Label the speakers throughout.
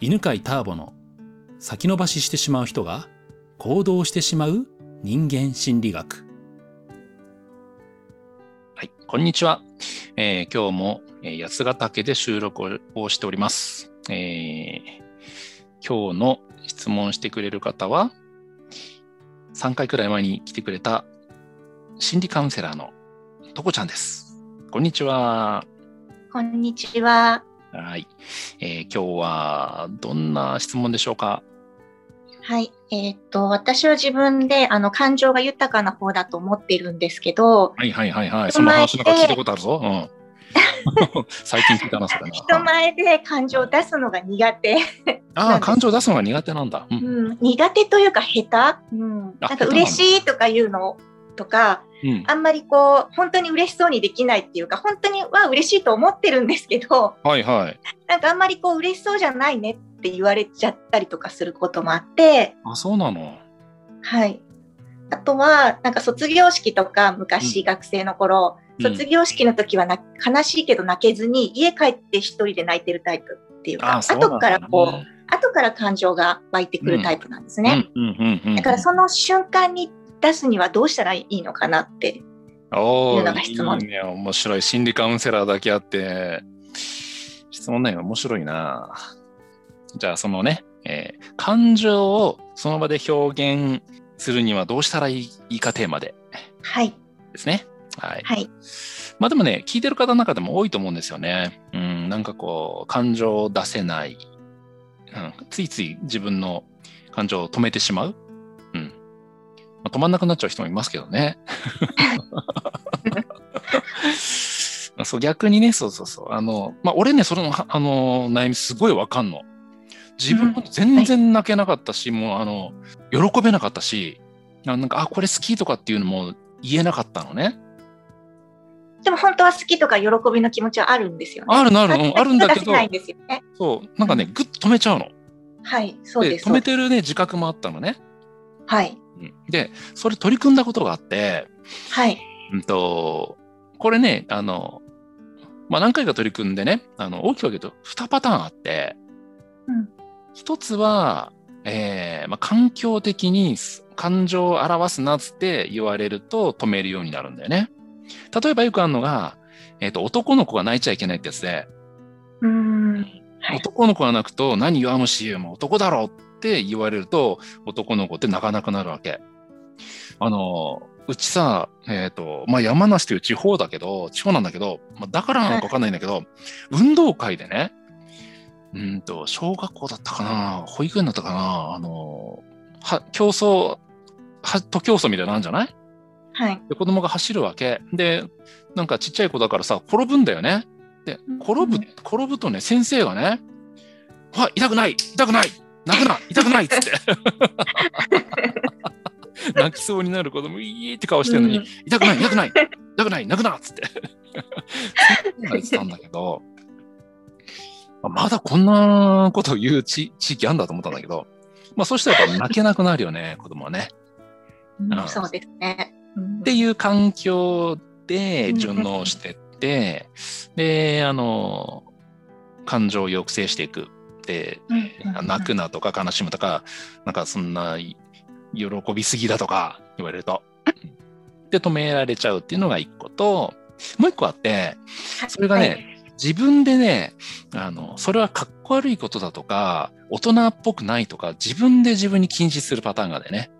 Speaker 1: 犬飼ターボの先延ばししてしまう人が行動してしまう人間心理学。
Speaker 2: はい、こんにちは。えー今日も、えー八ヶ岳で収録ををしております、えー今日の質問してくれる方は、3回くらい前に来てくれた心理カウンセラーのとこちゃんです。こんにちは。
Speaker 3: こんにちは。
Speaker 2: はい、えー今日はどんな質問でしょうか。
Speaker 3: はい。えーっと、私は自分で、あの、感情が豊かな方だと思っているんですけど、
Speaker 2: はいはいはいはい。
Speaker 3: 人
Speaker 2: その
Speaker 3: 前で
Speaker 2: 話なんか聞いたことあるぞ。うん、 最近聞いたな、それな。
Speaker 3: 人前で感情を出すのが苦手。
Speaker 2: ああ、感情出すのが苦手なんだ。うん
Speaker 3: うん、苦手というか下手、うん、
Speaker 2: あ下手な
Speaker 3: なんか
Speaker 2: んだ
Speaker 3: 嬉しいとかいうのとか、
Speaker 2: うん
Speaker 3: あんまりこう、本当に嬉しそうにできないっていうか、本当には嬉しいと思ってるんですけど、
Speaker 2: はいはい。
Speaker 3: なんかあんまりこう、嬉しそうじゃないねって言われちゃったりとかすることもあって、
Speaker 2: あ、そうなの。
Speaker 3: はい。あとは、なんか卒業式とか、昔、
Speaker 2: うん
Speaker 3: 学生の頃、
Speaker 2: うん
Speaker 3: 卒業式の時はな悲しいけど泣けずに、家帰って一人で泣いてるタイプっていうか、
Speaker 2: そうなんだ
Speaker 3: 後からこう、後から感情が湧いてくるタイプなんです
Speaker 2: うんう
Speaker 3: ね。
Speaker 2: んうんうん。
Speaker 3: だからその瞬間に出すにはどうしたらいいのかなって。
Speaker 2: お
Speaker 3: い
Speaker 2: ー
Speaker 3: うのが質問
Speaker 2: いいね、面白い。心理カウンセラーだけあって、質問内容面白いな。じゃあ、そのね、えー感情をその場で表現するにはどうしたらいいいいかテーマで
Speaker 3: はい。
Speaker 2: ですね。はい。
Speaker 3: はい。
Speaker 2: まあでもね、聞いてる方の中でも多いと思うんですよね。うん、なんかこう、感情を出せない。うん、ついつい自分の感情を止めてしまう。うん。まあ止まんなくなっちゃう人もいますけどね。そう、逆にね、そうそうそう。あの、まあ俺ね、それの、はあの、悩みすごいわかんの。自分も全然泣けなかったし、もうあの、喜べなかったし、ななんか、あ、これ好きとかっていうのも言えなかったのね。
Speaker 3: でも本当は好きとか喜びの気持ちはあるんですよね。
Speaker 2: あるのある
Speaker 3: だ
Speaker 2: の
Speaker 3: け
Speaker 2: うんあるんだけ
Speaker 3: 出
Speaker 2: ど
Speaker 3: せ、ないんですよね。
Speaker 2: そう、なんかね、ぐっと止めちゃうの。
Speaker 3: はい。そう
Speaker 2: で、
Speaker 3: です。
Speaker 2: 止めてるね、自覚もあったのね。
Speaker 3: はい。
Speaker 2: うんで、それ取り組んだことがあって、
Speaker 3: はい。
Speaker 2: うんと、これね、あの、まあ、何回か取り組んでね、あの、大きく分けると2パターンあって、
Speaker 3: うん
Speaker 2: 一つは、えーまあ、環境的に感情を表すなっつって言われると止めるようになるんだよね。例えばよくあるのが、えっ、と、男の子が泣いちゃいけないってやつで、
Speaker 3: うーん。はい
Speaker 2: 男の子が泣くと何弱虫言うも男だろって言われると男の子って泣かなくなるわけ。あのうちさ、えっとまあ、山梨という地方だけど地方なんだけど、まあ、だからなのか分かんないんだけど、運動会でねうんと小学校だったかな保育園だったかなあのは競争は徒競走みたいなのあるんじゃない
Speaker 3: はい。
Speaker 2: で子供が走るわけでなんかちっちゃい子だからさ転ぶんだよねで
Speaker 3: うん
Speaker 2: 転ぶ
Speaker 3: うん
Speaker 2: 転ぶとね先生がね「は痛くない痛くない泣くな痛くない」っつって 泣きそうになる子供いいって顔してるのに、
Speaker 3: うん
Speaker 2: 痛くない痛くない痛くない泣くなっつってそんなの言ってたんだけどあまだこんなことを言う地地域あんだと思ったんだけど、まあ、そうしたらやっぱ泣けなくなるよね子供はね。
Speaker 3: うん
Speaker 2: うん
Speaker 3: そうですね。うん
Speaker 2: っていう環境で順応してって、で、あの、感情を抑制していく。で、
Speaker 3: うんうん
Speaker 2: 泣くなとか悲しむとか、なんかそんな喜びすぎだとか言われると。で、止められちゃうっていうのが一個と、もう一個あって、それがね、
Speaker 3: はい
Speaker 2: 自分でね、あの、それはかっこ悪いことだとか、大人っぽくないとか、自分で自分に禁止するパターンがでね。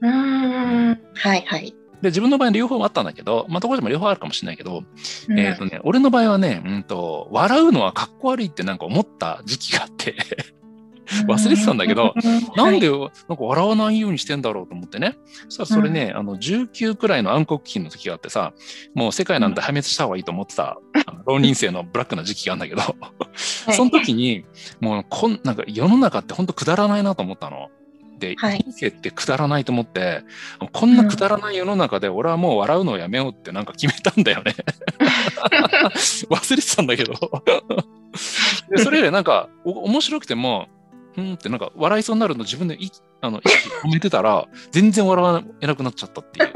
Speaker 3: うーん。はいはい。
Speaker 2: で、自分の場合両方もあったんだけど、まあ、ところでも両方あるかもしれないけど、
Speaker 3: うん
Speaker 2: えっ、とね、俺の場合はね、うんと、笑うのはかっこ悪いってなんか思った時期があって、 忘れてたんだけど
Speaker 3: うう
Speaker 2: なんで、
Speaker 3: は
Speaker 2: なんか笑わないようにしてんだろうと思ってね。そしたらそれね、あの、19くらいの暗黒期の時があってさ、もう世界なんて破滅した方がいいと思ってた、あの浪人生のブラックな時期があるんだけ ど、
Speaker 3: い
Speaker 2: その時に、もうこん、なんか世の中って本当くだらないなと思ったの。で、
Speaker 3: はい
Speaker 2: 人生ってくだらないと思って、こんなくだらない世の中で俺はもう笑うのをやめようってなんか決めたんだよ ね。忘れてたんだけど。でそれよりなんか、お面白くても、うんってなんか笑いそうになるの自分でいあの、息止めてたら、全然笑わなくなっちゃったっていう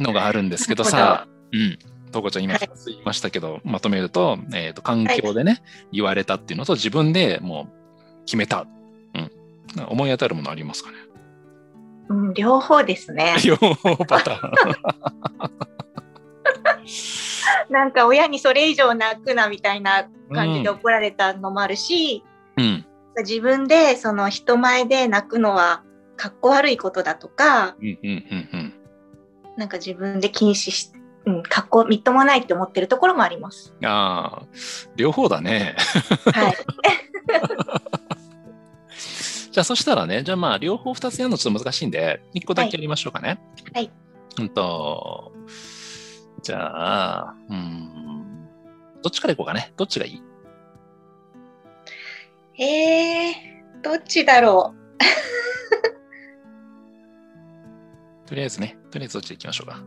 Speaker 2: のがあるんですけどさ、うん。とこちゃん今
Speaker 3: はい
Speaker 2: 2つ言いましたけど、まとめると、えっ、と、環境でね、言われたっていうのと、自分でもう決めた。うん。思い当たるものありますかね。
Speaker 3: うん、両方ですね。
Speaker 2: 両方パターン。
Speaker 3: なんか親にそれ以上泣くなみたいな感じで
Speaker 2: うん
Speaker 3: 怒られたのもあるし、
Speaker 2: うん。
Speaker 3: 自分でその人前で泣くのはかっこ悪いことだとか、
Speaker 2: うんうんうんうん。
Speaker 3: なんか自分で禁止し、うん、かっこみっともないって思ってるところもあり ます。
Speaker 2: ああ、両方だね。
Speaker 3: はい。
Speaker 2: じゃあそしたらね、じゃあまあ両方2つやるのちょっと難しいんで、1個だけやりましょうかね。
Speaker 3: はい。
Speaker 2: うんと、じゃあ、うん、どっちからいこうかね。どっちがいい
Speaker 3: えー、どっちだろう。
Speaker 2: とりあえずね、とりあえずどっちでいきましょうか。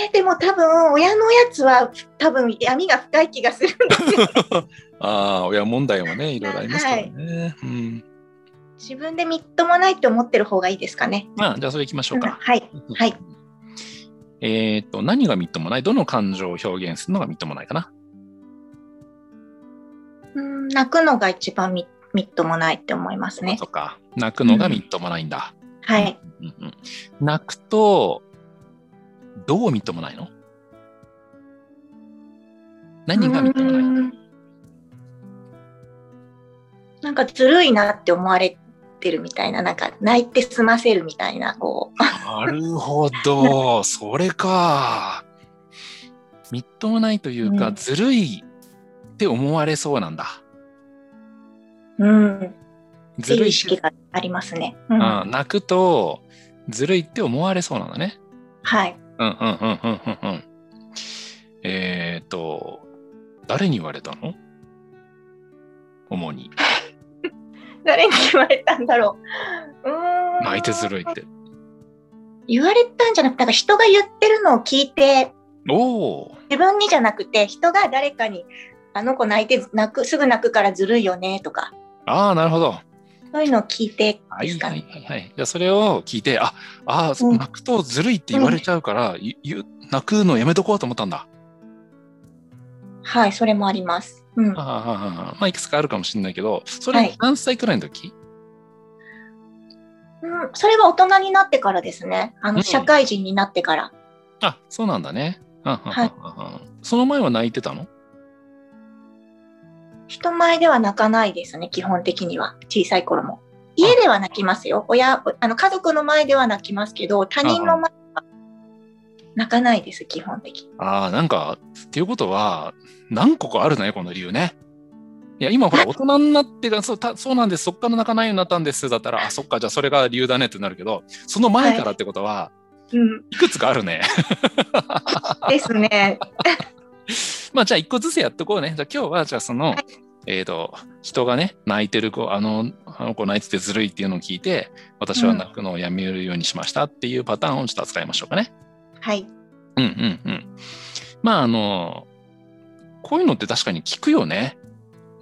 Speaker 3: えーでも多分親のやつは多分闇が深い気がするんですよ。
Speaker 2: ああ、親問題もね、いろいろありますからね。うん。
Speaker 3: 自分でみっともないって思ってる方がいいですかね。
Speaker 2: まあ、じゃあそれいきましょう
Speaker 3: うん
Speaker 2: か。
Speaker 3: はい。はい。
Speaker 2: えっと、何がみっともないどの感情を表現するのがみっともないかな
Speaker 3: うん、泣くのが一番みみっともないって思いますね
Speaker 2: と。か、泣くのがみっともないんだ。
Speaker 3: はい。
Speaker 2: うんうん泣くと、どうみっともないの何がみっともな
Speaker 3: う
Speaker 2: い
Speaker 3: んなんかずるいなって思われてるみたいな、なんか泣いて済ませるみたいな、こう。
Speaker 2: なるほど、それか。みっともないというか、
Speaker 3: うん
Speaker 2: ずるいって思われそうなんだ。
Speaker 3: うん。っ
Speaker 2: ず
Speaker 3: ていう
Speaker 2: るい
Speaker 3: 意
Speaker 2: って
Speaker 3: 識がありますね。うん。は
Speaker 2: うん、泣くと、ずるいって思われそうなんだね。
Speaker 3: い。
Speaker 2: うんうんうんうんうんうん。えっ、ー、と、誰に言われたの主に。
Speaker 3: 誰に言われたんだろう。うーん。
Speaker 2: 泣いてずるいって。
Speaker 3: 言われたんじゃなくて、なんか人が言ってるのを聞いて、
Speaker 2: おお、
Speaker 3: 自分にじゃなくて、人が誰かに、あの子泣いて、泣く、すぐ泣くからずるいよね、とか、
Speaker 2: ああ、なるほど。
Speaker 3: そういうのを聞いて
Speaker 2: は
Speaker 3: で
Speaker 2: い
Speaker 3: す
Speaker 2: は
Speaker 3: かね。
Speaker 2: いはいはい。じゃあそれを聞いて、あ、あー、
Speaker 3: うん
Speaker 2: 泣くとずるいって言われちゃうから、ゆゆ泣くのやめとこうと思ったんだ。
Speaker 3: はい、それもあります。うん。
Speaker 2: ああ、まあいくつかあるかもしれないけど、それ
Speaker 3: はい
Speaker 2: 何歳くらいの時、
Speaker 3: うん、それは大人になってからですね。あ
Speaker 2: うん
Speaker 3: の、社会人になってから。
Speaker 2: あ、そうなんだね。は
Speaker 3: はいい、
Speaker 2: その前は泣いてたの
Speaker 3: 人前では泣かないですね、基本的には。小さい頃も。家では泣きますよ。親、あの、家族の前では泣きますけど、他人の前は泣かないです、基本的に。
Speaker 2: ああ、なんか、っていうことは、何個かあるね、この理由ね。いや、今ほら、大人になってが、そうたそうなんです、そっから泣かないようになったんです、だったら、あ、そっか、じゃあそれが理由だねってなるけど、その前からってことは、
Speaker 3: うん。
Speaker 2: い、くつかあるね。
Speaker 3: ですね。
Speaker 2: まあじゃあ一個ずつやっとこうね。じゃあ今日はじゃあその、
Speaker 3: はい
Speaker 2: えっ、と、人がね、泣いてる子、あの、あの子泣いててずるいっていうのを聞いて、私は泣くのをやめるようにしましたっていうパターンをちょっと扱いましょうかね。
Speaker 3: はい。
Speaker 2: うんうんうん。まああの、こういうのって確かに聞くよね。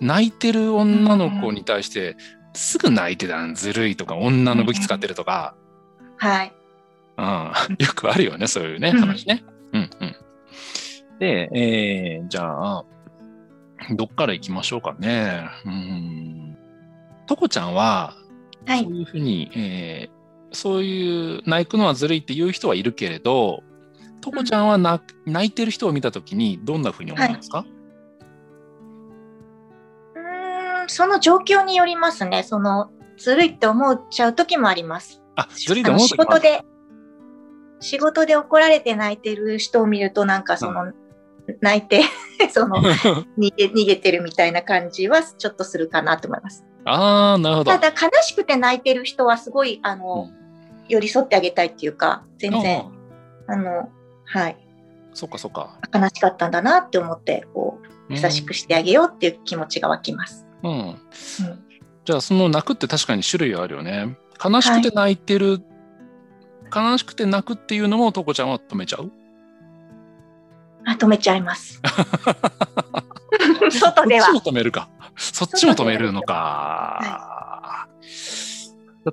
Speaker 2: 泣いてる女の子に対して、すぐ泣いてたんずるいとか、女の武器使ってるとか、
Speaker 3: はい。
Speaker 2: うん、 よくあるよね、そういうね、
Speaker 3: うん
Speaker 2: 話ね。うんうん、で、えーじゃあ、どっから行きましょうかね。うん。とこちゃんは、
Speaker 3: は
Speaker 2: そ
Speaker 3: い。
Speaker 2: ういうふうに、えーそういう、泣くのはずるいっていう人はいるけれど、とこちゃんは泣く泣いてる人を見たときに、どんなふうに思いますか、
Speaker 3: うーん、その状況によりますね。その、ずるいって思っちゃう時もあります。
Speaker 2: あ、ずるいと
Speaker 3: あの
Speaker 2: 思う
Speaker 3: 仕
Speaker 2: とき
Speaker 3: 事で、仕事で怒られて泣いてる人を見ると、なんかその、泣いて、 その、逃げ逃げてるみたいな感じはちょっとするかなと思います。
Speaker 2: ああ、なるほど。
Speaker 3: ただ悲しくて泣いてる人はすごいあの、寄り添ってあげたいっていうか全然
Speaker 2: あ
Speaker 3: あの、はい、
Speaker 2: ーそっかそっか。
Speaker 3: 悲しかったんだなって思ってこう
Speaker 2: うん
Speaker 3: 優しくしてあげようっていう気持ちが湧きます。
Speaker 2: うん。
Speaker 3: うん
Speaker 2: じゃあその泣くって確かに種類あるよね。悲しくて泣いてる、悲しくて泣くっていうのもとこちゃんは止めちゃう
Speaker 3: あ止めちゃい ます。外で
Speaker 2: そ
Speaker 3: は
Speaker 2: っちも止めるか。そっちも止めるのか。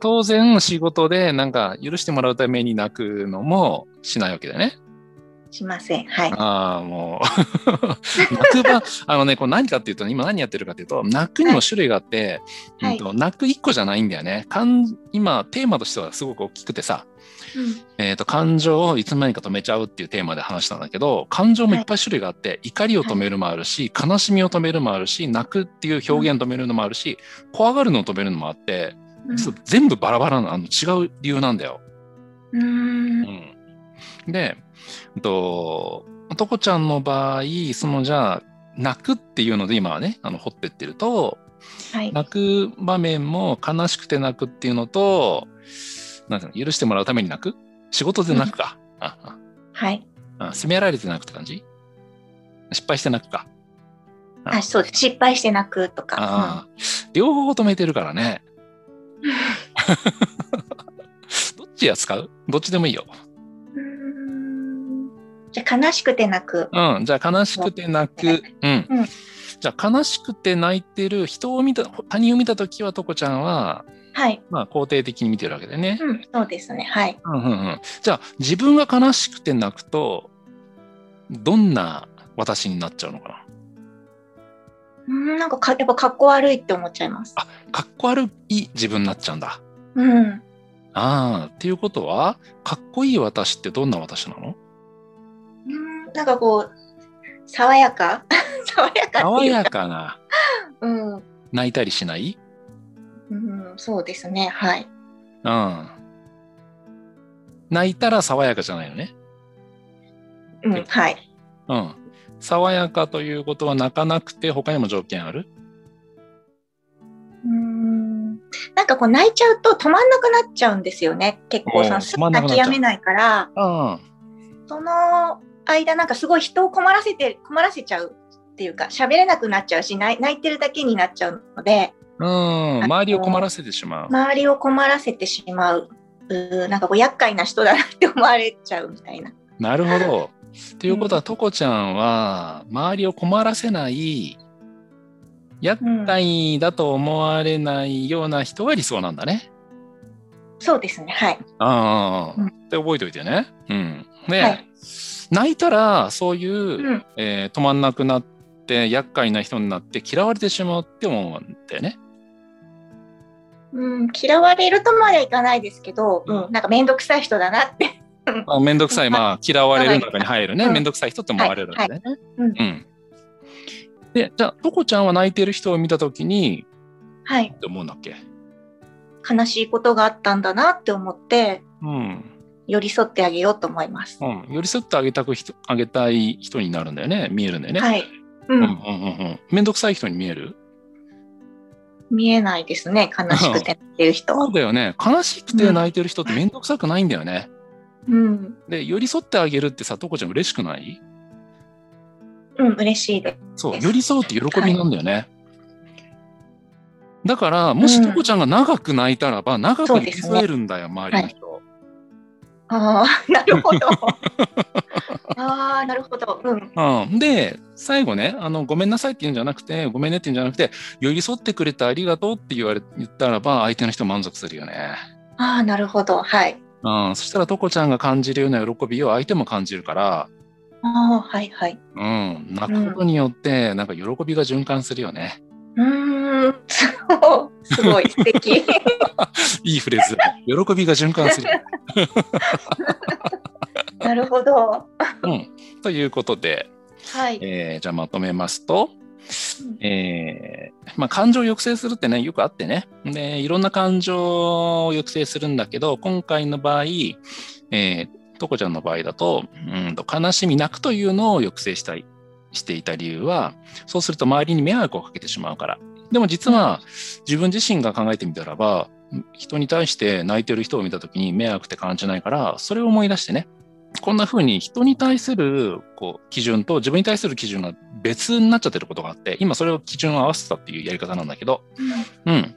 Speaker 2: 当然仕事でなんか許してもらうために泣くのもしないわけだよね。
Speaker 3: しません。はい。
Speaker 2: ああ、もう。 泣くば、あのね、これ何かっていうと、今何やってるかっていうと、泣くにも種類があって、
Speaker 3: はい
Speaker 2: うんと泣く一個じゃないんだよね。かん今、テーマとしてはすごく大きくてさ、えっ、と、感情をいつまでにか止めちゃうっていうテーマで話したんだけど、感情もいっぱい種類があって、怒りを止めるもあるし、悲しみを止めるもあるし、泣くっていう表現を止めるのもあるし、怖がるのを止めるのもあって、
Speaker 3: うん
Speaker 2: そう全部バラバラな、あの違う理由なんだよ。
Speaker 3: うーん。
Speaker 2: うん、で、うんと、男ちゃんの場合、そのじゃあ、泣くっていうので今はね、あの、掘ってってると、
Speaker 3: はい。
Speaker 2: 泣く場面も悲しくて泣くっていうのと、なんていうの、許してもらうために泣く仕事で泣くか。あ
Speaker 3: はい。
Speaker 2: ああ責められて泣くって感じ失敗して泣くか。
Speaker 3: あ、そうです。失敗して泣くとか。
Speaker 2: ああ、両方止めてるから ね。どっちや使うどっちでもいいよ。
Speaker 3: うん。うーんじゃあ悲しくて泣く。
Speaker 2: うん、じゃあ悲しくて泣く。うん。
Speaker 3: うん
Speaker 2: じゃあ悲しくて泣いてる人を見た、他人を見たときは、とこちゃんは、
Speaker 3: はい。
Speaker 2: まあ、肯定的に見てるわけだよね。
Speaker 3: うん。そうですね。はい。
Speaker 2: うんうんうん。じゃあ、自分が悲しくて泣くと、どんな私になっちゃうのかな。
Speaker 3: うん。なんかか、やっぱかっこ悪いって思っちゃいます。
Speaker 2: かっこ悪い自分になっちゃうんだ。
Speaker 3: うん。
Speaker 2: ああ、っていうことは、かっこいい私ってどんな私なの
Speaker 3: うんなんかこう、爽やか 爽やかっ
Speaker 2: 爽
Speaker 3: ていう
Speaker 2: や
Speaker 3: か。
Speaker 2: かな。
Speaker 3: うん。
Speaker 2: 泣いたりしない
Speaker 3: うん、そうですね。はい。
Speaker 2: うん。泣いたら爽やかじゃないよね。
Speaker 3: うん、はい。
Speaker 2: うん。爽やかということは泣かなくて他にも条件ある
Speaker 3: うん。なんかこう泣いちゃうと止まんなくなっちゃうんですよね。結構
Speaker 2: おう
Speaker 3: そのす
Speaker 2: 止ま
Speaker 3: ぐ
Speaker 2: んなくなっ
Speaker 3: 泣き
Speaker 2: ちゃう
Speaker 3: やめないから、
Speaker 2: あ
Speaker 3: その間なんかすごい人を困らせて、困らせちゃうっていうか、喋れなくなっちゃうし、泣い泣いてるだけになっちゃうので、
Speaker 2: あ。うん。周りを困らせてしまう。
Speaker 3: 周りを困らせてしまう。うんなんかこう厄介な人だなって思われちゃうみたいな。
Speaker 2: なるほど。ということは、とこちゃんは、周りを困らせない、厄介だと思われないような人が理想なんだね。
Speaker 3: そうですね。はい。
Speaker 2: あ
Speaker 3: う
Speaker 2: あ。
Speaker 3: ん
Speaker 2: って覚えておいてね。うん。ね、
Speaker 3: はい
Speaker 2: 泣いたら、そういう、
Speaker 3: うん。
Speaker 2: えー止まんなくなって、厄介な人になって、嫌われてしまうって思うんだよね。
Speaker 3: うん、嫌われるとまではいかないですけど、うん、なんか面倒くさい人だなって
Speaker 2: あめんどくさい、
Speaker 3: はい
Speaker 2: まあ、嫌われる中に入るね。
Speaker 3: うん
Speaker 2: めんどくさい人って思われるわけね。
Speaker 3: はいはい
Speaker 2: うん。で、じゃあ、とこちゃんは泣いてる人を見たときに、
Speaker 3: はい、
Speaker 2: って思うんだっけ
Speaker 3: 悲しいことがあったんだなって思って
Speaker 2: うん。
Speaker 3: 寄り添ってあげようと思います。
Speaker 2: うん。寄り添ってあげたく人、あげたい人になるんだよね。見えるんだよね。
Speaker 3: はい、う
Speaker 2: うんんうんうんうん。めんどくさい人に見える
Speaker 3: 見えないですね悲しくて泣いてる人
Speaker 2: そ
Speaker 3: は
Speaker 2: う。だよね。悲しくて泣いてる人ってめんどくさくないんだよね。
Speaker 3: うん、
Speaker 2: で、寄り添ってあげるってさ、とこちゃん嬉しくない
Speaker 3: うん、嬉しいで
Speaker 2: そう。
Speaker 3: です
Speaker 2: 寄り添うって喜びなんだよね。だから、もし
Speaker 3: うん
Speaker 2: とこちゃんが長く泣いたらば、長
Speaker 3: そ
Speaker 2: く
Speaker 3: う
Speaker 2: 寄
Speaker 3: で
Speaker 2: り
Speaker 3: すね
Speaker 2: 添えるんだよ、周りの人。
Speaker 3: す。ああ、 な るほど。ああ、なるほど。うん、
Speaker 2: うん、で最後ねあの「ごめんなさい」って言うんじゃなくて「ごめんね」って言うんじゃなくて「寄り添ってくれてありがとう」って言われ言ったらば相手の人満足するよね。
Speaker 3: ああ、なるほど。はい。
Speaker 2: うん、そしたらとこちゃんが感じるような喜びを相手も感じるから、
Speaker 3: ああ、はいはい。
Speaker 2: うん、泣くことによってなんか喜びが循環するよね。
Speaker 3: うーん、 そう、すごい 素敵。
Speaker 2: いいフレーズだね喜びが循環する。
Speaker 3: なるほど。
Speaker 2: うん、ということで、
Speaker 3: はい。
Speaker 2: えーじゃあまとめますと、えーまあ、感情を抑制するってね、よくあってね。で、いろんな感情を抑制するんだけど、今回の場合、えー、とこちゃんの場合だと、うんと、悲しみ、泣くというのを抑制したい、していた理由は、そうすると周りに迷惑をかけてしまうから。でも実は、自分自身が考えてみたらば、人に対して泣いてる人を見たときに迷惑って感じないから、それを思い出してね、こんな風に人に対するこう基準と自分に対する基準が別になっちゃってることがあって、今それを基準を合わせたっていうやり方なんだけど、うん。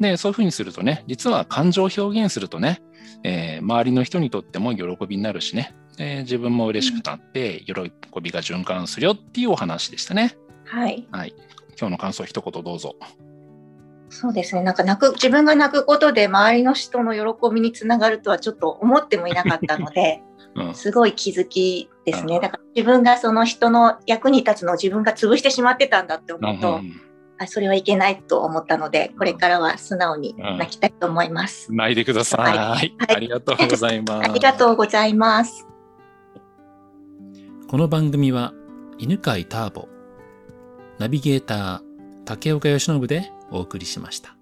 Speaker 2: で、そういう風にするとね、実は感情を表現するとね、えー周りの人にとっても喜びになるしね、えー自分も嬉しくなって、喜びが循環するよっていうお話でしたね。
Speaker 3: はい。
Speaker 2: 今日の感想一言どうぞ。
Speaker 3: そうですね。なんか泣く、自分が泣くことで周りの人の喜びにつながるとはちょっと思ってもいなかったの で、
Speaker 2: うん
Speaker 3: すごい気づきです
Speaker 2: う
Speaker 3: ね。
Speaker 2: ん
Speaker 3: だから自分がその人の役に立つのを自分が潰してしまってたんだって思うと、
Speaker 2: うん
Speaker 3: あそれはいけないと思ったので、これからは素直に泣きたいと思います。
Speaker 2: 泣いてください。
Speaker 3: はい
Speaker 2: ありがとうございます。
Speaker 3: ありがとうございます。
Speaker 1: この番組は犬飼ターボ、ナビゲーター竹岡由伸でお送りしました。